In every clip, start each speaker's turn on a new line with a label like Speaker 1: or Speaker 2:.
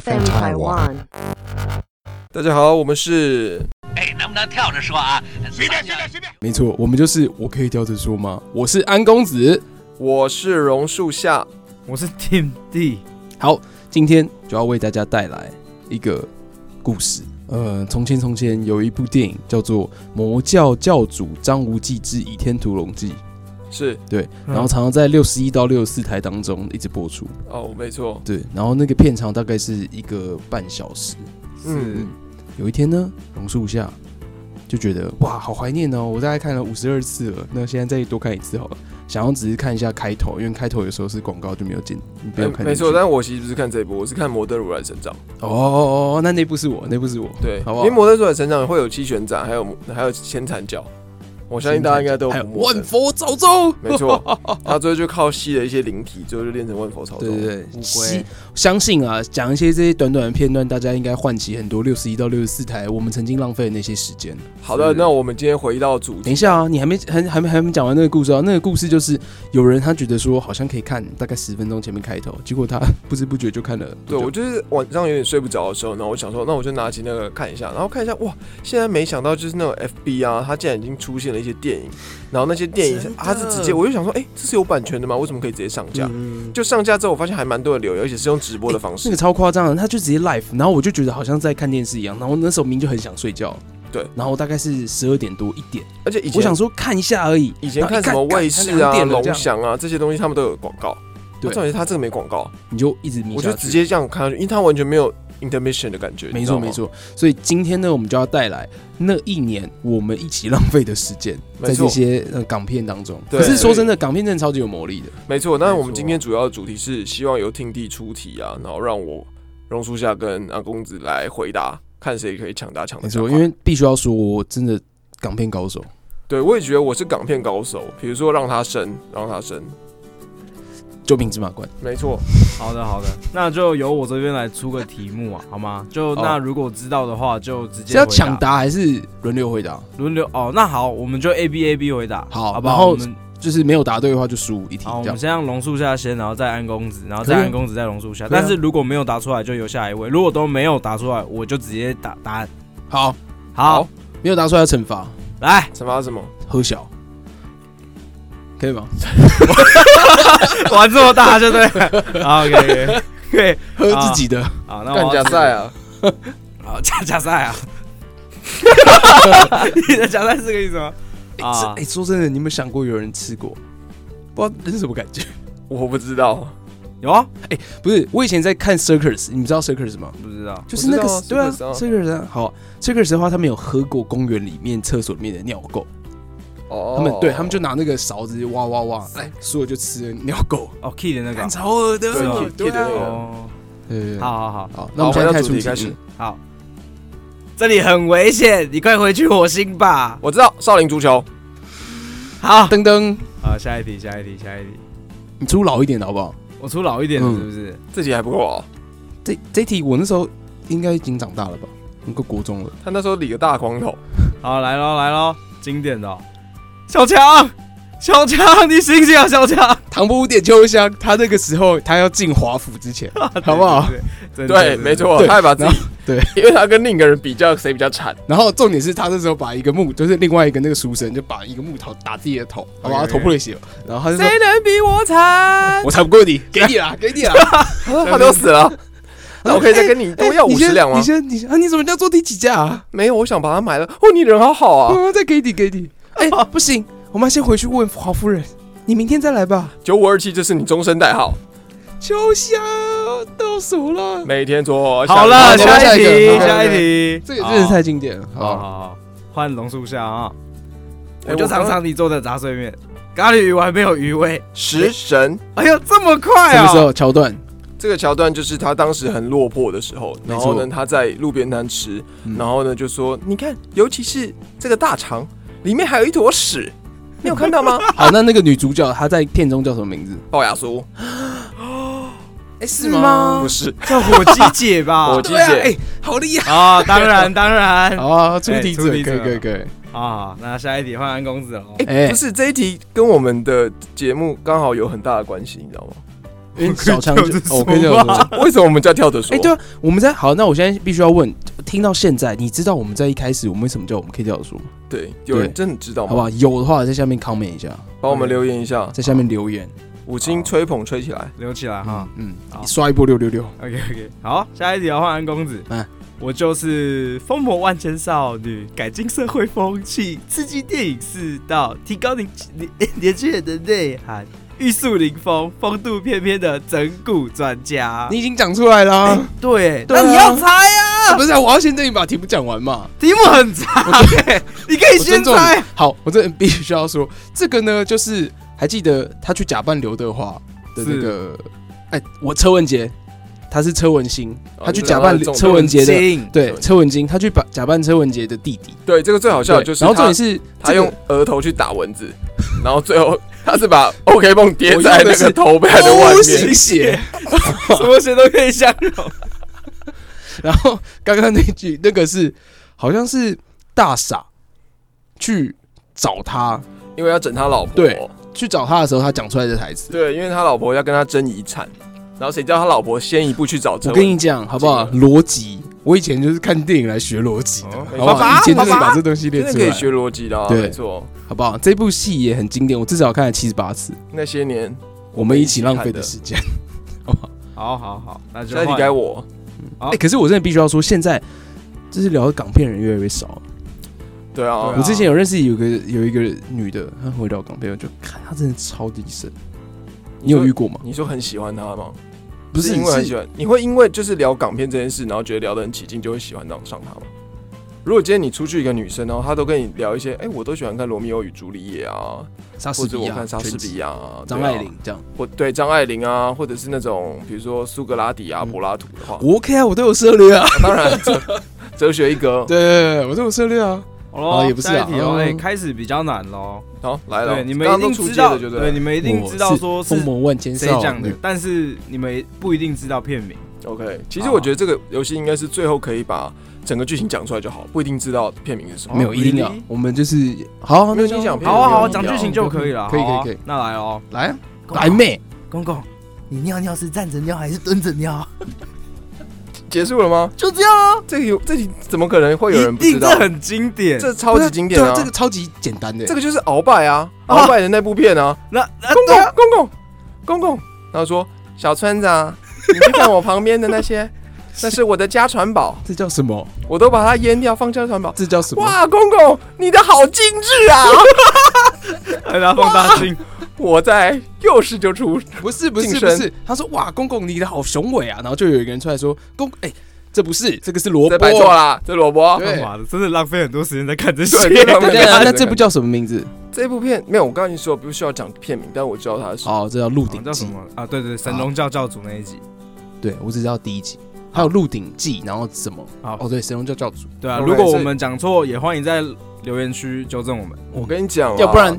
Speaker 1: FM Taiwan。
Speaker 2: 大家好，我们是
Speaker 3: 哎，能不能跳着说啊？随便随便随便。
Speaker 4: 没错，我们就是我可以挑着说吗？我是安公子。
Speaker 2: 我是榕树下，
Speaker 5: 我是 Team D，
Speaker 4: 好，今天就要为大家带来一个故事。呃，从前从前有一部电影叫做《魔教教主张无忌之倚天屠龙记》，
Speaker 2: 是
Speaker 4: 对，然后常常在六十一到六十四台当中一直播出。
Speaker 2: 哦，没错，
Speaker 4: 对，然后那个片长大概是一个半小时。
Speaker 2: 嗯，
Speaker 4: 有一天呢，榕树下就觉得哇，好怀念哦！我大概看了五十二次了，那现在再多看一次好了。想要只是看一下开头，因为开头有时候是广告就没有进，你没有看进
Speaker 2: 哎
Speaker 4: 去、
Speaker 2: 没错。但我其实不是看这一部，我是看《摩登如来神掌》。
Speaker 4: 哦哦哦，那那部是我，那部是我。
Speaker 2: 对，
Speaker 4: 好不好
Speaker 2: 因为《摩登如来神掌》会有七旋斩，还有还有千残脚，我相信大家应该都
Speaker 4: 还有
Speaker 2: 有陌
Speaker 4: 万
Speaker 2: 生。
Speaker 4: 佛朝宗，
Speaker 2: 没 错，他最后就靠吸了一些灵体，最后就练成万佛朝
Speaker 4: 对
Speaker 2: 宗。
Speaker 4: 对对，
Speaker 5: 乌
Speaker 4: 吸相信啊，讲一些这些短短的片段，大家应该唤起很多六十一到六十四台我们曾经浪费的那些时间。
Speaker 2: 好的，那我们今天回到主
Speaker 4: 等一
Speaker 2: 题，
Speaker 4: 下啊，你还没还还没还没讲完那个故事啊。那个故事就是有人他觉得说好像可以看大概十分钟前面开头，结果他不知不觉就看了
Speaker 2: 对
Speaker 4: 多久。
Speaker 2: 我就是晚上有点睡不着的时候，然后我想说，那我就拿起那个看一下，然后看一下，哇，现在没想到就是那种 FB 啊，它竟然已经出现了一些电影，然后那些电影
Speaker 5: 真的
Speaker 2: 它是啊直接，我就想说，哎，这是有版权的吗？为什么可以直接上
Speaker 4: 嗯
Speaker 2: 架？就上架之后，我发现还蛮多人留言，而且是用直播的方
Speaker 4: 那
Speaker 2: 式
Speaker 4: 个。超夸张的，他就直接 live，然后我就觉得好像在看电视一样，然后那时候明明就很想睡觉，
Speaker 2: 对，
Speaker 4: 然后大概是十二点多一点，
Speaker 2: 而且以
Speaker 4: 我
Speaker 2: 前
Speaker 4: 想说看一下而已，
Speaker 2: 以前
Speaker 4: 然后
Speaker 2: 看
Speaker 4: 一
Speaker 2: 什么卫视啊、
Speaker 4: 干看两点了这
Speaker 2: 龙
Speaker 4: 样
Speaker 2: 翔啊这些东西，他们都有广告。
Speaker 4: 对
Speaker 2: 啊重点是他这个没广告，
Speaker 4: 你就一直迷
Speaker 2: 我
Speaker 4: 下
Speaker 2: 就
Speaker 4: 去
Speaker 2: 直接这样看下去，因为他完全没有 intermission 的感觉。
Speaker 4: 没
Speaker 2: 你知道
Speaker 4: 错
Speaker 2: 吗
Speaker 4: 没，错，所以今天呢，我们就要带来那一年我们一起浪费的时间，
Speaker 2: 没
Speaker 4: 在
Speaker 2: 错
Speaker 4: 这些呃港片当中。
Speaker 2: 对
Speaker 4: 可是说真的，港片真的超级有魔力的。
Speaker 2: 没错。那我们
Speaker 5: 没错
Speaker 2: 今天主要的主题是希望由听地出题啊，然后让我榕树下跟阿公子来回答，看谁可以抢答抢
Speaker 4: 没
Speaker 2: 得
Speaker 4: 错，
Speaker 2: 上。
Speaker 4: 因为必须要说，我真的港片高手。
Speaker 2: 对我也觉得我是港片高手，比如说让他生，让他生，
Speaker 4: 九品芝麻官，
Speaker 2: 没错，
Speaker 5: 好的好的，那就由我这边来出个题目啊，好吗？就
Speaker 4: 好
Speaker 5: 那如果知道的话，就直接
Speaker 4: 是要
Speaker 5: 回答
Speaker 4: 抢答还是轮流回答？
Speaker 5: 轮流哦。那好，我们就 A B A B 回答，
Speaker 4: 好
Speaker 5: 好不
Speaker 4: 然后
Speaker 5: 好？我们
Speaker 4: 就是没有答对的话就输一题
Speaker 5: 好，我
Speaker 4: 这
Speaker 5: 们
Speaker 4: 样。
Speaker 5: 先让榕树下先，然后再安公子，然后
Speaker 4: 可以
Speaker 5: 再
Speaker 4: 啊
Speaker 5: 安公子，再榕树下。
Speaker 4: 可以啊
Speaker 5: 但是如果没有答出来，就由下一位；如果都没有答出来，我就直接打答案。
Speaker 4: 好，
Speaker 5: 好，
Speaker 4: 没有答出来要惩罚
Speaker 5: 来，
Speaker 2: 惩罚什么？
Speaker 4: 喝小，可以吗？
Speaker 5: 玩这么大就对 了。好，OK OK，对，
Speaker 4: 喝自己的，
Speaker 5: 好，那
Speaker 2: 干
Speaker 5: 我
Speaker 2: 假
Speaker 5: 要
Speaker 2: 赛啊！
Speaker 5: 好加加赛 啊！你的加赛是这个意思吗？
Speaker 4: 哎、这
Speaker 5: 啊
Speaker 4: 哎，说真的，你有没有想过有人吃过？不知道那是什么感觉？
Speaker 2: 我不知道，
Speaker 5: 有啊，
Speaker 4: 不是，我以前在看 circus，你知道 circus 吗？
Speaker 5: 不知道。
Speaker 4: 就是那个
Speaker 2: 我知
Speaker 4: 对
Speaker 2: 道
Speaker 4: 啊
Speaker 2: 啊 circus 啊
Speaker 4: ，circus 啊好 circus 的话，他们有喝过公园里面厕所里面的尿垢，
Speaker 2: 哦，
Speaker 4: 他们对他们就拿那个勺子挖挖挖，哎，所有就吃了尿垢，
Speaker 5: 哦，Key 的那个
Speaker 4: 干。超恶的
Speaker 2: 对
Speaker 4: 哦，
Speaker 2: 记得那个
Speaker 5: 哦，
Speaker 4: 对对对，
Speaker 5: 好好好
Speaker 4: 好，
Speaker 2: 那
Speaker 4: 那我
Speaker 2: 我
Speaker 4: 们
Speaker 2: 回
Speaker 4: 现
Speaker 2: 到
Speaker 4: 在开
Speaker 2: 主
Speaker 4: 出
Speaker 2: 题
Speaker 4: 题
Speaker 2: 开始
Speaker 4: 嗯。
Speaker 5: 好，这里很危险，你快回去火星吧。
Speaker 2: 我知道少林足球，
Speaker 5: 好，
Speaker 4: 噔噔，
Speaker 5: 好，下一题，下一题，下一题。
Speaker 4: 你出老一点的好不好？
Speaker 5: 我出老一点的，
Speaker 4: 嗯
Speaker 5: 是不是？
Speaker 2: 这题还不够哦。
Speaker 4: 这这题我那时候应该已经长大了吧，应该国中了。
Speaker 2: 他那时候理个大光头，
Speaker 5: 好，来喽，来喽，经典的哦。小强，小强，你醒醒啊，小强，
Speaker 4: 唐伯虎点秋香，他那个时候他要进华府之 前，好不好？？
Speaker 5: 对
Speaker 2: 对，没。错，
Speaker 4: 对
Speaker 2: 他还把自己，
Speaker 4: 对，
Speaker 2: 因为他跟另一个人比较谁比较惨，
Speaker 4: 然后重点是他那时候把一个木，就是另外一个那个书生就把一个木头打自己的头，好吧，他
Speaker 5: OK，OK
Speaker 4: 头破了血，然后他就说
Speaker 5: 谁能比我惨？
Speaker 4: 我才不过你，给你啦，给你啦，
Speaker 2: 啊他都死了。那我可以再跟你多要
Speaker 4: 哎
Speaker 2: 五十两吗
Speaker 4: 你？先，你先，啊，你怎么叫做第几架啊？
Speaker 2: 没有，我想把它买了。哦，你人好好啊，
Speaker 4: 啊，再给你，给你。哎，不行，我们要先回去问华夫人，你明天再来吧。
Speaker 2: 九五二七这是你终身代号，
Speaker 4: 秋香到手 了，
Speaker 2: 每天做。哎
Speaker 5: 好
Speaker 4: 好
Speaker 5: 了，
Speaker 4: 下一
Speaker 5: 下一
Speaker 4: 个
Speaker 5: 题，
Speaker 4: 好
Speaker 5: 下一题。
Speaker 4: 这个真的
Speaker 5: 好
Speaker 4: 太经典了。
Speaker 5: 好
Speaker 4: 好，
Speaker 5: 好好，换榕树下啊！
Speaker 2: 哎
Speaker 5: 我就尝尝你做的杂碎面，咖喱鱼丸没有鱼味。
Speaker 2: 食神
Speaker 5: 哎呦，这么快
Speaker 4: 什么时
Speaker 5: 啊！
Speaker 4: 候桥段？
Speaker 2: 这个桥段就是他当时很落魄的时候，
Speaker 4: 没错
Speaker 2: 然后呢他在路边摊吃，
Speaker 4: 嗯
Speaker 2: 然后呢就说你看，尤其是这个大肠里面还有一坨 屎，你有看到吗？
Speaker 4: 好，那那个女主角她在片中叫什么名字？
Speaker 2: 龅牙叔
Speaker 4: 哎，
Speaker 5: 是吗
Speaker 2: 不是，
Speaker 5: 叫火鸡姐吧
Speaker 2: 火鸡
Speaker 4: 对啊，
Speaker 2: 姐
Speaker 4: 哎，好厉害！
Speaker 5: 啊，当然当然
Speaker 4: 好啊，出
Speaker 5: 哎
Speaker 4: 题
Speaker 5: 出
Speaker 4: 者可以
Speaker 5: 题者
Speaker 4: 可以可以。
Speaker 5: 啊。那下一题换安公子了哦。
Speaker 2: 哎、
Speaker 4: 哎
Speaker 2: 不是这一题跟我们的节目刚好有很大的关系，你知道吗？
Speaker 4: 因为小强
Speaker 5: 我可以跳着
Speaker 4: 就哦我跟你讲
Speaker 5: 说
Speaker 4: 我
Speaker 5: 吧
Speaker 2: 为什么我们叫跳着说？
Speaker 4: 哎、对啊，我们在好，那我现在必须要问，听到现在，你知道我们在一开始我们为什么叫我们 K 教说吗？
Speaker 2: 对，有人真的知道
Speaker 4: 好不
Speaker 2: 吗？
Speaker 4: 好？有的话在下面 comment 一下，
Speaker 2: 帮我们留言一下，
Speaker 4: 在下面留言
Speaker 2: 五星吹捧吹起来。
Speaker 5: 留起来哈
Speaker 4: 啊。，嗯，
Speaker 5: 好
Speaker 4: 刷一波六六六，
Speaker 5: OK OK，好，下一题哦要换安公子。
Speaker 4: 嗯
Speaker 5: 我就是疯魔万千少女，改进社会风气，刺激电影世道，提高年年年轻人的内涵，玉树临风，风度翩翩的整蛊专家。
Speaker 4: 你已经讲出来啦、
Speaker 5: 对，
Speaker 4: 对
Speaker 5: 那
Speaker 4: 啊
Speaker 5: 你要猜啊，
Speaker 4: 不是、啊，我要先对你把题目讲完嘛。
Speaker 5: 题目很长欸，你可以
Speaker 4: 我尊
Speaker 5: 先
Speaker 4: 重
Speaker 5: 猜
Speaker 4: 你。。好，我这必须要说，这个呢，就是还记得他去假扮刘德华的那个，哎、我车文杰，他是车文星，
Speaker 2: 哦
Speaker 4: 他去
Speaker 2: 你
Speaker 4: 假
Speaker 2: 讲到
Speaker 4: 扮
Speaker 2: 很重
Speaker 4: 车文杰的，
Speaker 5: 行
Speaker 4: 对
Speaker 2: 车，文
Speaker 4: 车文晶，他去把假扮车文杰的弟弟。
Speaker 2: 对，这个最好笑的就是
Speaker 4: 对然后重
Speaker 2: 他
Speaker 4: 点是
Speaker 2: 他
Speaker 4: 这个
Speaker 2: 用额头去打蚊子，然后最后他是把 OK 泵叠在那个头盖的外
Speaker 4: 欧
Speaker 2: 面
Speaker 4: 型。血，
Speaker 5: 什么谁都可以相容。
Speaker 4: 然后刚刚那句那个是好像是大傻去找他，
Speaker 2: 因为要整他老婆。
Speaker 4: 对去找他的时候，他讲出来的台词。
Speaker 2: 对因为他老婆要跟他争遗产，然后谁叫他老婆先一步去找车文
Speaker 4: 我跟
Speaker 2: 杰
Speaker 4: 你讲好不好？
Speaker 2: 这
Speaker 4: 逻辑，我以前就是看电影来学逻辑的，
Speaker 5: 哦
Speaker 4: 好不
Speaker 2: 爸爸
Speaker 4: 好？以前就是
Speaker 5: 爸爸
Speaker 4: 把这东西
Speaker 2: 真
Speaker 4: 列
Speaker 2: 的
Speaker 4: 出
Speaker 2: 可以
Speaker 4: 来，
Speaker 2: 学逻辑的、啊，
Speaker 4: 对
Speaker 2: 没错。
Speaker 4: 好不好？这部戏也很经典，我至少看了七十八次。
Speaker 2: 那些年，
Speaker 4: 我们一起浪费的时间，好不好？
Speaker 5: 好好好，那就
Speaker 2: 下一题
Speaker 5: 换
Speaker 2: 该我。
Speaker 5: 好
Speaker 4: 哎，可是我真的必须要说，现在就是聊港片人越来越少了。
Speaker 2: 对啊，
Speaker 4: 我之前有认识有个有一个女的，她很会聊港片，我就看她真的超低深。你有遇过吗？
Speaker 2: 你说很喜欢他吗？
Speaker 4: 不是
Speaker 2: 因为很喜
Speaker 4: 是
Speaker 2: 欢，你会因为就是聊港片这件事，然后觉得聊得很起劲，就会喜欢上上他吗？如果今天你出去一个女生，然后她都跟你聊一些，哎、我都喜欢看《罗密欧与朱丽叶》啊，
Speaker 4: 莎
Speaker 2: 或
Speaker 4: 士
Speaker 2: 者
Speaker 4: 比
Speaker 2: 我
Speaker 4: 亚、
Speaker 2: 看莎士
Speaker 4: 全集
Speaker 2: 比亚、啊、
Speaker 4: 张
Speaker 2: 对啊
Speaker 4: 爱玲，这样。
Speaker 2: 或对张爱玲啊，或者是那种比如说苏格拉底啊、
Speaker 4: 嗯
Speaker 2: 柏拉图的话，
Speaker 4: 我 OK 啊，我都有涉猎啊。
Speaker 2: 当然哲哲学一哥，
Speaker 4: 对对对，我都有涉猎啊。
Speaker 5: 好咯
Speaker 4: 哦也不是啊
Speaker 5: 下一题哦，
Speaker 4: 嗯
Speaker 5: 哎，开始比较难喽。
Speaker 2: 好来了，哦
Speaker 5: 对，你们
Speaker 2: 刚
Speaker 5: 一
Speaker 2: 刚都
Speaker 5: 定
Speaker 2: 出
Speaker 5: 知
Speaker 2: 街
Speaker 5: 道，
Speaker 2: 了，
Speaker 5: 对
Speaker 2: 就对
Speaker 5: 你们一定知道说是
Speaker 4: 风魔万千
Speaker 5: 谁
Speaker 4: 少
Speaker 5: 讲的
Speaker 4: 女，
Speaker 5: 但是你们不一定知道片名。
Speaker 2: OK，其实
Speaker 5: 好
Speaker 2: 我觉得这个游戏应该是最后可以把整个剧情讲出来就好，不一定知道片名是什么。
Speaker 4: 没有一定要
Speaker 5: really？，
Speaker 4: 我们就是好，
Speaker 2: 哦没有
Speaker 4: 就
Speaker 2: 影响片
Speaker 5: 好啊好啊，
Speaker 2: 没有
Speaker 5: 讲剧情就可以了。
Speaker 4: 可以
Speaker 5: 好啊
Speaker 4: 可以可以，
Speaker 5: 那来哦，
Speaker 4: 来啊来妹，
Speaker 5: 公公，你尿尿是站着尿还是蹲着尿？
Speaker 2: 结束了吗？
Speaker 5: 就这样啊，
Speaker 2: 这个有这题怎么可能会有人
Speaker 5: 一
Speaker 2: 不知
Speaker 5: 定
Speaker 2: 道
Speaker 5: 这？很经典。
Speaker 2: 这超级经典
Speaker 4: 对
Speaker 2: 啊！
Speaker 4: 啊，这个超级简单的，
Speaker 2: 这
Speaker 4: 个
Speaker 2: 个就是鳌拜啊，
Speaker 5: 啊
Speaker 2: 鳌拜的那部片啊，
Speaker 5: 那 那
Speaker 2: 公
Speaker 5: 对啊，
Speaker 2: 公公公公公，然后说小村子啊，你去看我旁边的那 些，那是我的家传宝，
Speaker 4: 这叫什么？
Speaker 2: 我都把它阉掉放家传宝。
Speaker 4: 这叫什么？
Speaker 2: 哇，公公，你的好精致啊！
Speaker 5: 哎大家放大 镜，
Speaker 2: 我在幼时就出，
Speaker 4: 不是不是
Speaker 2: 晋
Speaker 4: 不
Speaker 2: 升
Speaker 4: 是，他说哇，公公你的好雄伟啊，然后就有一个人出来说，公哎，这不是，这个是萝卜
Speaker 2: 这，摆错啦，这萝卜。
Speaker 4: 对
Speaker 5: 妈的，真的浪费很多时间在看这些。
Speaker 2: 对真的浪费
Speaker 4: 对啊，
Speaker 2: 对
Speaker 4: 那这部叫什么名字？
Speaker 2: 这部片没有，我刚刚已经说不需要讲片名，但我知道它是
Speaker 4: 哦，这叫《鹿
Speaker 5: 好
Speaker 4: 鼎
Speaker 5: 叫
Speaker 4: 记
Speaker 5: 什》。么啊？对对，神龙教教主那一集。
Speaker 4: 对，我只知道第一集，还有《鹿鼎记》，然后什么？
Speaker 5: 好
Speaker 4: 哦，，对，神龙教教主。
Speaker 5: 对啊，
Speaker 2: OK，
Speaker 5: 如果
Speaker 2: 所以
Speaker 5: 我们讲错，也欢迎在留言区纠正我们。
Speaker 2: 我跟你讲啦，啊
Speaker 4: 要不然，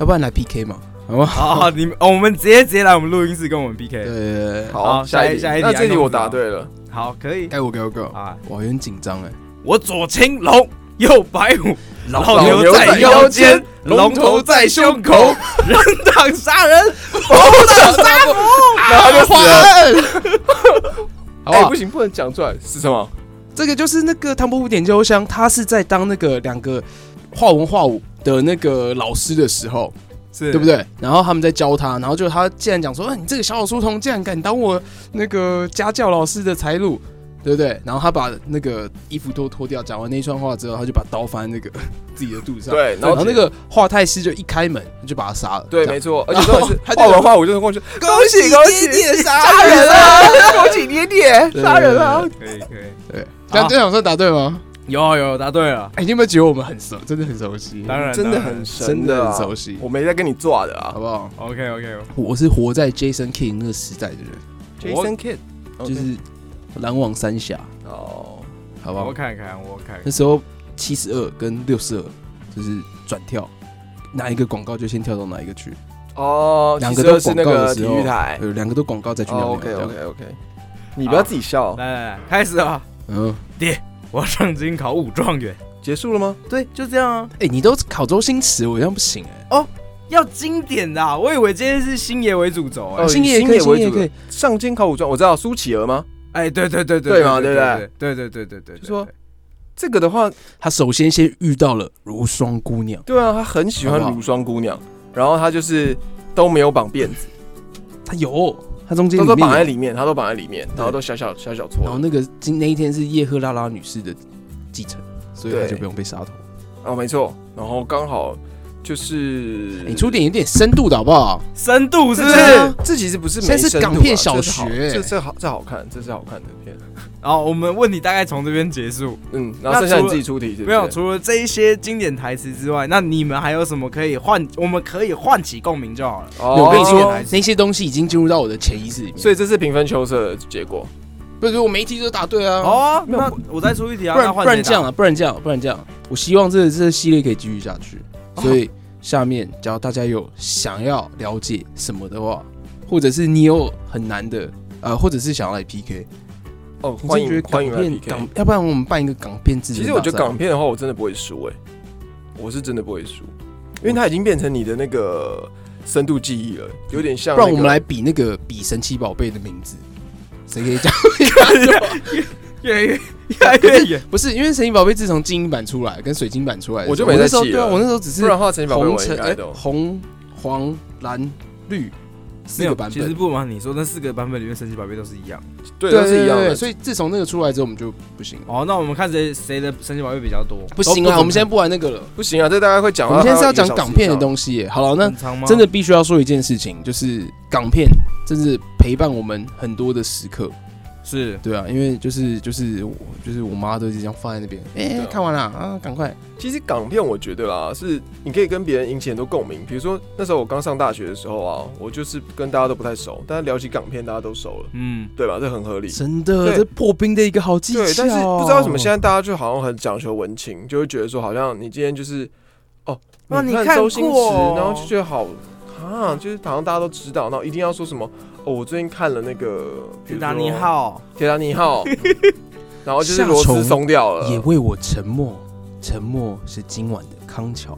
Speaker 4: 要不然来 PK 嘛，好吗？
Speaker 5: 好，你们哦我们直接直接来我们录音室跟我们 PK。
Speaker 4: 对，
Speaker 2: 好，
Speaker 5: 好下一下一题
Speaker 2: 那这题
Speaker 5: 安东
Speaker 2: 我
Speaker 5: 子啊
Speaker 2: 答对了，
Speaker 5: 好，可以。
Speaker 4: 该我该我该我，
Speaker 5: 啊，
Speaker 4: 我有点紧张哎。
Speaker 5: 我左青龙，右白虎，老
Speaker 2: 老
Speaker 5: 牛
Speaker 2: 牛
Speaker 5: 在
Speaker 2: 在
Speaker 5: 腰
Speaker 2: 腰
Speaker 5: 间
Speaker 2: 间，
Speaker 5: 龙
Speaker 2: 龙
Speaker 5: 头
Speaker 2: 头
Speaker 5: 在
Speaker 2: 在
Speaker 5: 胸
Speaker 2: 胸
Speaker 5: 口
Speaker 2: 口，
Speaker 5: 人挡杀人，
Speaker 2: 然后就死了。
Speaker 4: 啊 好不
Speaker 2: 哎，
Speaker 4: 好
Speaker 2: 不？行，不能讲出来是什么？
Speaker 4: 这个就是那个《唐伯虎点秋香》，他是在当那个两个画文画武的那个老师的时候，
Speaker 5: 是
Speaker 4: 对不？对？然后他们在教他，然后就他竟然讲说：“啊，你这个小小书童竟然敢当我那个家教老师的财路。”对不对？然后他把那个衣服都脱掉，讲完那一串话之后，他就把刀翻那个自己的肚子上。
Speaker 2: 对，然
Speaker 4: 然后
Speaker 2: 后
Speaker 4: 那个华太师就一开门就把他杀了。
Speaker 2: 对，
Speaker 4: 这样
Speaker 2: 没 错，而且重点是
Speaker 4: 哦他就
Speaker 2: 画文画武就是过去，
Speaker 4: 恭
Speaker 2: 喜恭喜
Speaker 4: 爹爹
Speaker 2: 杀
Speaker 4: 杀
Speaker 2: 人
Speaker 4: 人了。
Speaker 2: 啊，恭喜爹爹杀人啊！
Speaker 5: 可以可以，
Speaker 4: 对，这样队长算答对吗？
Speaker 5: 有有答对了，
Speaker 4: 哎，你有没有觉得我们很熟？真的很熟悉，
Speaker 5: 当然
Speaker 2: 真的很
Speaker 4: 真
Speaker 2: 神
Speaker 4: 的
Speaker 2: 啊
Speaker 4: 很熟悉，
Speaker 2: 我没在跟你抓的啊
Speaker 4: 好不好？
Speaker 5: OK OK，
Speaker 4: 我是活在 Jason King 那个时代的人，
Speaker 2: ，Jason Kidd，
Speaker 4: 就是篮网三峡，
Speaker 2: 哦，
Speaker 4: 好不
Speaker 5: 我
Speaker 4: 好？
Speaker 5: 看看我看看
Speaker 4: 那时候七十二跟六十二就是转跳，哪一个广告就先跳到哪一个去，
Speaker 2: 哦，
Speaker 4: 两个
Speaker 2: 其实
Speaker 4: 都
Speaker 2: 是
Speaker 4: 广
Speaker 2: 那
Speaker 4: 告的
Speaker 2: 个
Speaker 4: 时
Speaker 2: 体
Speaker 4: 候
Speaker 2: 育台。
Speaker 4: 有两个都广告再去
Speaker 2: 哎哦
Speaker 4: 聊聊。
Speaker 2: ，OK
Speaker 4: 这样
Speaker 2: OK OK，你不要自己笑，
Speaker 5: 来来来，开始啊！
Speaker 4: 嗯，
Speaker 5: 我上京考武状元，
Speaker 2: 结束了吗？
Speaker 5: 对，就这样啊。
Speaker 4: 哎，你都考周星驰，我这样不行哎。
Speaker 5: 哦，要经典的、啊，我以为今天是星爷为主轴、哎、
Speaker 2: 哦
Speaker 4: 星爷也可以，
Speaker 2: 以星
Speaker 4: 星
Speaker 2: 爷为
Speaker 4: 爷也
Speaker 2: 主
Speaker 4: 可以。
Speaker 2: 上京考古传，我知道苏乞儿吗？
Speaker 5: 哎，对对对
Speaker 2: 对嘛对不对
Speaker 5: 对对对对对，
Speaker 2: 就说这个的话，
Speaker 4: 他首先先遇到了如霜姑娘，
Speaker 2: 对啊，他很喜欢
Speaker 4: 好不好
Speaker 2: 乳霜姑娘，然后他就是都没有绑辫子，
Speaker 4: 他有，他中间
Speaker 2: 他
Speaker 4: 里
Speaker 2: 都
Speaker 4: 面
Speaker 2: 绑在
Speaker 4: 有
Speaker 2: 里面，他都绑在里面，然后都小小小小
Speaker 4: 然后
Speaker 2: 撮的。
Speaker 4: 那个今那一天是叶赫拉拉女士的继承，所以他
Speaker 2: 对
Speaker 4: 就不用被杀头。
Speaker 2: 哦，没错，然后刚好就是
Speaker 4: 你出点有点深度的好不好？
Speaker 5: 深度是
Speaker 2: 这
Speaker 5: 不
Speaker 2: 其
Speaker 4: 对
Speaker 5: 是
Speaker 4: 啊？
Speaker 2: 实这其实不是没
Speaker 4: 现在是
Speaker 2: 深度啊
Speaker 4: 港片小学
Speaker 2: 这是好这这好这好看，这是好看的片。
Speaker 5: 好，我们问题大概从这边结束。
Speaker 2: 嗯，然后剩下
Speaker 5: 那除
Speaker 2: 你自
Speaker 5: 了
Speaker 2: 己出题是不是？
Speaker 5: 没有，除了这一些经典台词之外，那你们还有什么可以唤？我们可以唤起共鸣就好了。
Speaker 2: 哦
Speaker 4: 没有我跟你
Speaker 5: 经典
Speaker 4: 说
Speaker 5: 台，词
Speaker 4: 那些东西已经进入到我的潜意识里面。
Speaker 2: 所以这是平分秋色的结果。
Speaker 4: 不是我每一题都答对啊。
Speaker 5: 哦，
Speaker 2: 没有
Speaker 5: 那我再出一题啊，
Speaker 4: 不
Speaker 5: 那
Speaker 4: 然
Speaker 5: 换
Speaker 4: 不
Speaker 5: 谁
Speaker 4: 然
Speaker 5: 打
Speaker 4: 这样啊，不然这样，不然这样，我希望这这系列可以继续下去。所以下面，只要大家有想要了解什么的话，或者是你有很难的，呃，或者是想要来 PK，
Speaker 2: 哦，
Speaker 4: 你
Speaker 2: 欢
Speaker 4: 是觉
Speaker 2: 迎
Speaker 4: 得
Speaker 2: 欢迎
Speaker 4: 港
Speaker 2: 来
Speaker 4: 片
Speaker 2: PK
Speaker 4: 港，要不然我们办一个港片制
Speaker 2: 其实我觉得
Speaker 4: 啊
Speaker 2: 港片的话，我真的不会输哎、我是真的不会输，因为它已经变成你的那个深度记忆了，有点像、
Speaker 4: 不然我们来，比那个比神奇宝贝的名字，谁可以讲？
Speaker 5: 越来越越来越远。
Speaker 4: 不是因为神奇宝贝自从精英版出来跟水晶版出来的时候，
Speaker 2: 我就没
Speaker 4: 那
Speaker 2: 在
Speaker 4: 时候
Speaker 2: 记
Speaker 4: 对啊，
Speaker 2: 了
Speaker 4: 我那时候只是
Speaker 2: 不然的话，陈宝贝
Speaker 4: 红
Speaker 2: 我应
Speaker 4: 橙
Speaker 2: 该
Speaker 4: 哎
Speaker 2: 都、
Speaker 4: 红黄蓝绿四个版
Speaker 5: 其实
Speaker 4: 本，
Speaker 5: 不瞒你说，那四个版本里面神奇宝贝都是一样。
Speaker 2: 对都是一样的。
Speaker 4: 所以自从那个出来之后，我们就不行了。
Speaker 5: 哦，那我们看谁谁的神奇宝贝比较多？
Speaker 4: 不行
Speaker 2: 都不
Speaker 4: 啊，
Speaker 2: 能
Speaker 4: 我们现在不玩那个了，
Speaker 2: 不行啊，这大概会讲
Speaker 4: 我
Speaker 2: 到
Speaker 4: 们
Speaker 2: 它一
Speaker 4: 现在
Speaker 2: 个
Speaker 4: 是
Speaker 2: 小
Speaker 4: 要
Speaker 2: 时以上。嗯
Speaker 4: 讲港片的东西耶。好了，那
Speaker 5: 很长吗？
Speaker 4: 真的必须要说一件事情，就是港片真是陪伴我们很多的时刻。
Speaker 5: 是
Speaker 4: 对啊，因为就是就是我就是我妈都是这样放在那边，哎、
Speaker 2: 对啊
Speaker 4: 看完了啊，赶快。
Speaker 2: 其实港片我觉得啦，是你可以跟别人引起很多共鸣。比如说那时候我刚上大学的时候啊，我就是跟大家都不太熟，但是聊起港片大家都熟了，
Speaker 5: 嗯，
Speaker 2: 对吧？这很合理。
Speaker 4: 真的，
Speaker 2: 对
Speaker 4: 这破冰的一个好技巧哦、
Speaker 2: 对，但是不知道为什么现在大家就好像很讲求文情，就会觉得说好像你今天就是哦，
Speaker 5: 哇你
Speaker 2: 看
Speaker 5: 看
Speaker 2: 周星驰，
Speaker 5: 过
Speaker 2: 然后就觉得好啊，就是好像大家都知道，然后一定要说什么哦，我最近看了那个《
Speaker 5: 铁达尼，号，
Speaker 2: 《铁达尼号》，然后就是
Speaker 4: 夏
Speaker 2: 螺丝
Speaker 4: 虫
Speaker 2: 松掉了
Speaker 4: 也，为我沉默，沉默是今晚的康桥。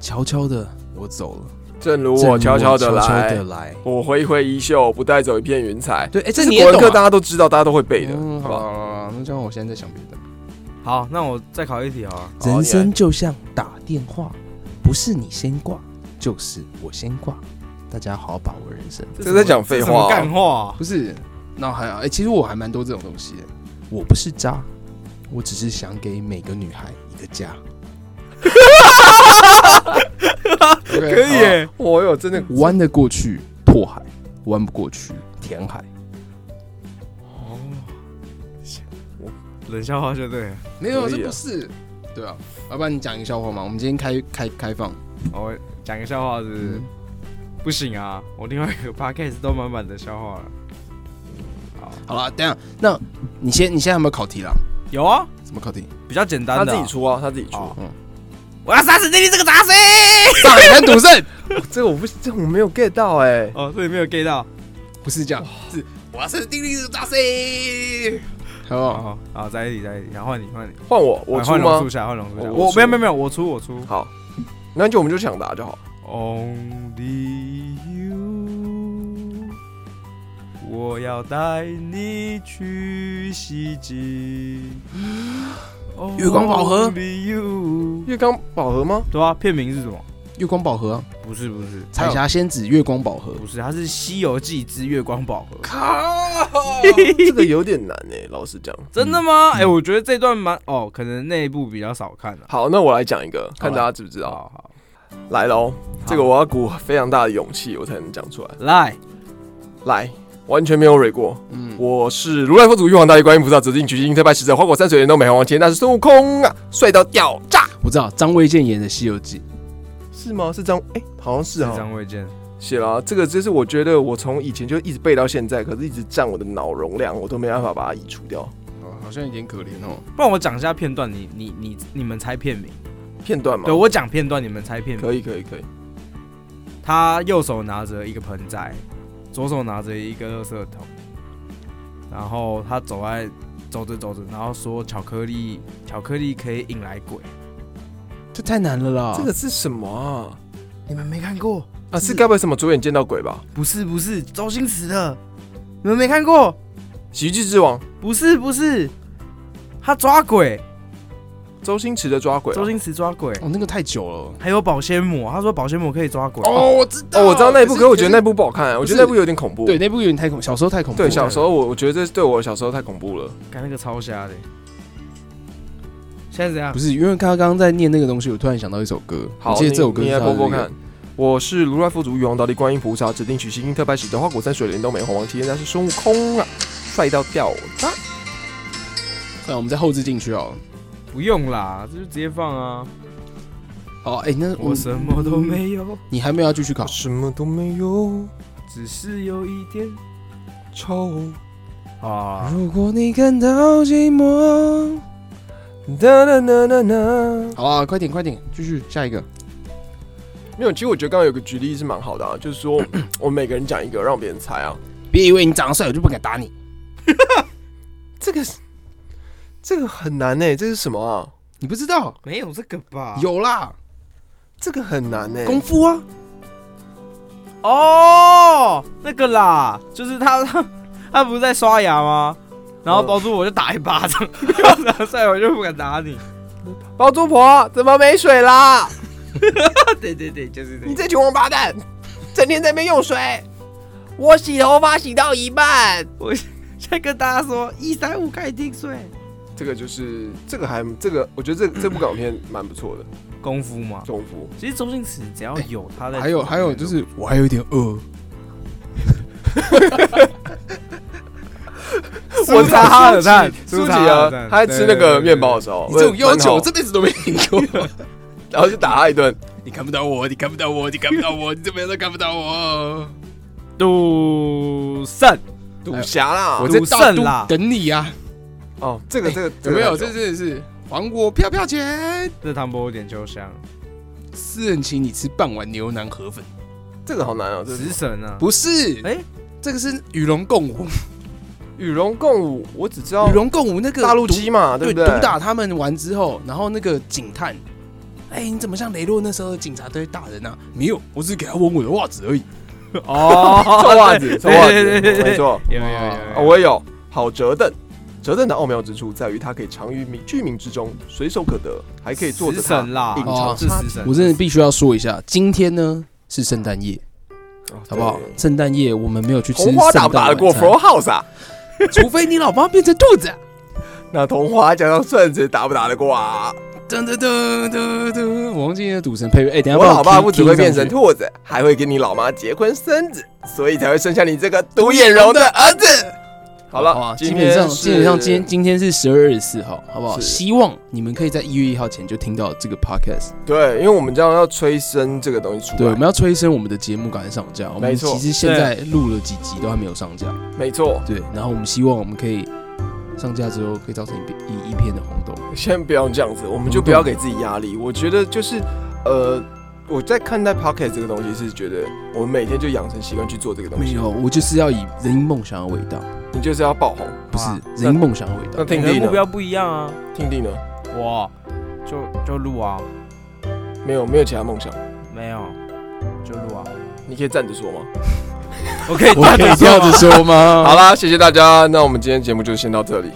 Speaker 4: 悄悄的我走了，
Speaker 2: 正如
Speaker 4: 正如
Speaker 2: 我悄悄的
Speaker 4: 悄悄
Speaker 2: 来
Speaker 4: 地，来。
Speaker 2: 我挥挥衣袖，不带走一片云彩。
Speaker 4: 对，哎、
Speaker 2: 这
Speaker 4: 这
Speaker 2: 是
Speaker 4: 你
Speaker 2: 国
Speaker 4: 也
Speaker 2: 文
Speaker 4: 懂、
Speaker 2: 课
Speaker 4: 啊。
Speaker 2: 大家都知道，大家都会背的，
Speaker 4: 嗯，
Speaker 2: 好
Speaker 4: 好
Speaker 2: 不
Speaker 4: 了
Speaker 2: 好？
Speaker 4: 好了，好了那这样我现在在想别的。
Speaker 5: 好，那我再考一题好了。
Speaker 2: 好你来
Speaker 4: 人生就像打电话，不是你先挂，就是我先挂。大家好好把握人生。
Speaker 2: 这在讲废
Speaker 5: 这
Speaker 2: 话
Speaker 5: 什么
Speaker 2: 啊
Speaker 5: 干话啊。
Speaker 4: 不是，那还好哎、其实我还蛮多这种东西的。我不是渣，我只是想给每个女孩一个 家。
Speaker 5: 可以耶，
Speaker 2: 我有真的
Speaker 4: 弯得过去拓海，弯不过去填海。
Speaker 2: 哦
Speaker 5: 冷笑话就对了。
Speaker 4: 没
Speaker 2: 可
Speaker 4: 有，
Speaker 2: 以
Speaker 4: 这
Speaker 2: 啊
Speaker 4: 不是。对啊，要不然你讲一个笑话嘛？我们今天开开开放，
Speaker 5: 我哦讲个笑话是不是
Speaker 4: 嗯
Speaker 5: 不行啊，我另外一个 podcast 都满满的笑话了。
Speaker 4: 好了，等一下，那你先，你现在有没有考题啦？
Speaker 5: 有啊，
Speaker 4: 什么考题？
Speaker 5: 比较简
Speaker 2: 他
Speaker 5: 单的
Speaker 2: 自
Speaker 5: 啊、
Speaker 2: 己出啊，他自己出。
Speaker 5: 哦
Speaker 4: 嗯
Speaker 5: 我要杀死弟弟这个 杂碎。
Speaker 4: 上海滩赌圣
Speaker 2: 这我不，这我没有 get 到哎。
Speaker 5: 哦，这里没有 get 到。
Speaker 4: 不是这样，是我是丁力是大 C。好不好？
Speaker 5: 哦，好，再一题，再一题，然后换你，换你，
Speaker 2: 换我，我
Speaker 5: 啊
Speaker 2: 出
Speaker 5: 换龙
Speaker 2: 吗
Speaker 5: 树？下，换龙树下。
Speaker 2: 我
Speaker 5: 我
Speaker 2: 出
Speaker 5: 没有没有没有，我出我出。
Speaker 2: 好，那就我们就抢答就好。
Speaker 5: Only you，我要带你去西极。
Speaker 4: 月光宝盒
Speaker 5: Only you，
Speaker 2: 月光宝盒 吗？
Speaker 5: 对啊，片名是什么？
Speaker 4: 月光宝盒啊、
Speaker 5: 不是不是，
Speaker 4: 彩霞仙子月光宝盒，
Speaker 5: 不是，它是《西游记之月光宝盒》。
Speaker 2: 靠， 这个有点难哎、老实讲。
Speaker 5: 真的吗？
Speaker 2: 嗯
Speaker 5: 哎、我觉得这段蛮哦，可能内部比较少看了、啊
Speaker 2: 好，那我来讲一个，看大家知不知道。
Speaker 5: 好好，
Speaker 2: 来喽，啊这个我要鼓非常大的勇气，我才能讲出来。
Speaker 5: 来，
Speaker 2: 来，完全没有蕊过。
Speaker 4: 嗯，
Speaker 2: 我是如来佛祖、玉皇大帝、观音菩萨、紫金、取经、特派使者、花果山水帘洞、美猴王、前那是孙悟空啊，帅到掉炸。
Speaker 4: 我知道张卫健演的《西游记》，
Speaker 2: 是吗？是张哎、好像是
Speaker 5: 是
Speaker 2: 啊。
Speaker 5: 张卫健。
Speaker 2: 写了、啊，这个就是我觉得我从以前就一直背到现在，可是一直占我的脑容量，我都没办法把它移除掉。
Speaker 4: 好像有点可怜哦。
Speaker 5: 不然我讲一下片段，你你你你们猜片名。
Speaker 2: 片段嘛
Speaker 5: 对，我讲片段，你们猜片名。
Speaker 2: 可以可以可以。
Speaker 5: 他右手拿着一个盆栽，左手拿着一个垃圾桶，然后他走在走着走着，然后说巧克力，巧克力可以引来鬼。
Speaker 4: 这太难了啦！
Speaker 2: 这个是什么啊？
Speaker 5: 你们没看过？
Speaker 2: 啊，是该不会什么主演见到鬼吧？
Speaker 5: 不是不是，周星驰的，你们没看过？
Speaker 2: 喜剧之王，
Speaker 5: 不是不是，他抓鬼，
Speaker 2: 周星驰的抓鬼啊、
Speaker 5: 周星驰抓鬼，
Speaker 4: 哦，那个太久了。
Speaker 5: 还有保鲜膜，他说保鲜膜可以抓鬼。
Speaker 4: 哦，我知道，
Speaker 2: 哦，我知道那一部，可是我觉得那
Speaker 4: 部
Speaker 2: 部不好看、我觉得
Speaker 4: 不是
Speaker 2: 那部有点恐怖。
Speaker 4: 对那部有点太恐，小时候太恐怖了。
Speaker 2: 对，小时候我我觉得这对我小时候太恐怖了。
Speaker 5: 看那个超瞎的。现在怎样
Speaker 4: 不？是因为刚刚刚刚在念那个东西，我突然想到一首歌，
Speaker 2: 好，
Speaker 4: 我记得这首歌
Speaker 2: 你
Speaker 4: 是
Speaker 2: 你来
Speaker 4: 他的
Speaker 2: 播播
Speaker 4: 那个
Speaker 2: 看。我是如来佛祖、玉皇大帝、观音菩萨、指定取西经特派使得花果山水帘洞美猴王、齐天大圣孙悟空啊，帅到掉渣。
Speaker 4: 算了，我们在后置进去哦。
Speaker 5: 不用啦，这就直接放啊。
Speaker 4: 哦，哎，那
Speaker 5: 我什么都，没有，
Speaker 4: 你还没有要继续考
Speaker 2: 我？什么都没有，
Speaker 5: 只是有一点
Speaker 2: 愁。
Speaker 5: 啊。
Speaker 4: 如果你感到寂寞，
Speaker 2: 哒哒哒哒哒。
Speaker 4: 好啊，快点快点，继续下一个。
Speaker 2: 没有，其实我觉得刚刚有个举例是蛮好的啊，就是说我们每个人讲一个，让别人猜啊。
Speaker 4: 别以为你长得帅，我就不敢打你。
Speaker 2: 这个这个很难呢、这是什么啊？
Speaker 4: 你不知道？
Speaker 5: 没有这个吧？
Speaker 4: 有啦，
Speaker 2: 这个很难呢、
Speaker 5: 哎
Speaker 4: 功夫啊，
Speaker 5: 哦，那个啦，就是他 他他不是在刷牙吗？然后
Speaker 2: 嗯
Speaker 5: 包住我就打一巴掌， 然后所以我就不敢打你。
Speaker 2: 包租婆怎么没水啦？
Speaker 5: 对对对，就是这
Speaker 2: 你
Speaker 5: 个。
Speaker 2: 这群王八蛋，整天在那边用水。我洗头发洗到一半，
Speaker 5: 我现在跟大家说，一三五开听睡。
Speaker 2: 这个就是这个还这个，我觉得这 这部港片蛮不错的，
Speaker 5: 功夫嘛，
Speaker 2: 功夫。
Speaker 5: 其实周星驰只要有他在，
Speaker 4: 哎还有还有就是，我还有一点饿。
Speaker 2: 我
Speaker 5: 查哈尔蛋
Speaker 2: 舒
Speaker 5: 苏
Speaker 2: 淇
Speaker 5: 淇哈
Speaker 2: 啊
Speaker 5: 尔，蛋
Speaker 2: 他在吃那个面包的时候，
Speaker 4: 你这种要
Speaker 2: 问
Speaker 4: 求
Speaker 2: 号
Speaker 4: 我这辈子都没听过。
Speaker 2: 然后就打他一 顿。
Speaker 4: 你看不到我，你看不到我，你看不到我，你这边都看不到我。
Speaker 5: 赌圣，
Speaker 2: 赌侠啦，
Speaker 4: 我在
Speaker 5: 赌
Speaker 4: 大
Speaker 5: 圣
Speaker 4: 都
Speaker 5: 啦
Speaker 4: 等你啊！
Speaker 2: 哦，这个这个
Speaker 4: 有没有？
Speaker 2: 这
Speaker 4: 这
Speaker 2: 个
Speaker 4: 真的是还我票票钱。
Speaker 5: 这唐伯虎点秋香，
Speaker 4: 哦私人请你吃半碗牛腩河粉，
Speaker 2: 这个好难哦，这是
Speaker 5: 食神啊，
Speaker 4: 不是？
Speaker 5: 哎
Speaker 4: 这个是与龙共舞，
Speaker 2: 与龙共舞，我只知道
Speaker 4: 与龙共舞那个
Speaker 2: 哦大陆
Speaker 4: 毒
Speaker 2: 鸡嘛，
Speaker 4: 对
Speaker 2: 不对？
Speaker 4: 毒打他们完之后，然后那个警探，哎，你怎么像雷洛那时候的警察队大人啊？没有，我只是给他闻我的袜子而已。
Speaker 5: 哦
Speaker 2: 臭 袜子，
Speaker 5: 对
Speaker 2: 臭袜
Speaker 5: 对对
Speaker 2: 子，
Speaker 5: 对对对
Speaker 2: 没错。
Speaker 5: 有有有
Speaker 2: 啊，
Speaker 4: 哦
Speaker 5: 有，
Speaker 2: 我也有好折凳。折凳的奥妙之处在于它可以藏于民居民之中，随手可得，还可以坐着
Speaker 5: 食
Speaker 2: 它
Speaker 5: 神啦，
Speaker 2: 隐
Speaker 4: 哦
Speaker 2: 藏
Speaker 5: 是
Speaker 2: 插
Speaker 5: 食神，
Speaker 4: 我真的必须要说一下，今天呢是圣诞夜，
Speaker 2: 哦
Speaker 4: 好不好
Speaker 2: 对？
Speaker 4: 圣诞夜我们没有去吃
Speaker 2: 红花打不打得过
Speaker 4: 圣诞晚
Speaker 2: Flow House 啊？
Speaker 4: 餐除非你老妈变成兔子啊。
Speaker 2: 那同花加上顺子打不打得过啊？
Speaker 4: 噔噔噔噔噔，我忘记那个赌神配乐。哎、等一下
Speaker 2: 我
Speaker 4: 帮
Speaker 2: 老爸
Speaker 4: 听
Speaker 2: 不只会变
Speaker 4: 听
Speaker 2: 成
Speaker 4: 上去
Speaker 2: 兔子，还会跟你老妈结婚生子，所以才会生下你这个独眼龙的儿子。好
Speaker 4: 好啊
Speaker 2: 了，
Speaker 4: 基本上
Speaker 2: 是
Speaker 4: 基本上今天今天是十二月十四号，好不好？
Speaker 2: 是
Speaker 4: 希望你们可以在一月一号前就听到这个 podcast。
Speaker 2: 对，因为我们这样要催生这个东西出
Speaker 4: 对，我
Speaker 2: 来
Speaker 4: 们，要催生我们的节目赶快上架。我们
Speaker 2: 没错
Speaker 4: 其实现在录了几集都还没有上架，
Speaker 2: 没错。
Speaker 4: 对。然后我们希望我们可以上架之后可以造成一片一一片的轰动。
Speaker 2: 先不要这样子，我们就不要给自己压力。我觉得就是，呃，我在看待 p o c k e t 这个东西是觉得，我们每天就养成习惯去做这个东
Speaker 4: 没
Speaker 2: 西。
Speaker 4: 有，我就是要以人因梦想而伟大，
Speaker 2: 你就是要爆红。
Speaker 4: 不是
Speaker 5: 哇
Speaker 4: 人因梦想而伟大
Speaker 2: 那。听
Speaker 5: 每个
Speaker 2: 弟
Speaker 5: 人目
Speaker 2: 呢？
Speaker 5: 标不一样啊，
Speaker 2: 听弟呢？
Speaker 5: 我就就录啊，
Speaker 2: 没有，没有其他梦想。
Speaker 5: 没有就录啊，
Speaker 2: 你可以站着说吗？
Speaker 5: 我可以
Speaker 4: 我可以这样子说吗？
Speaker 5: 啊
Speaker 2: 好啦，谢谢大家，那我们今天节目就先到这里。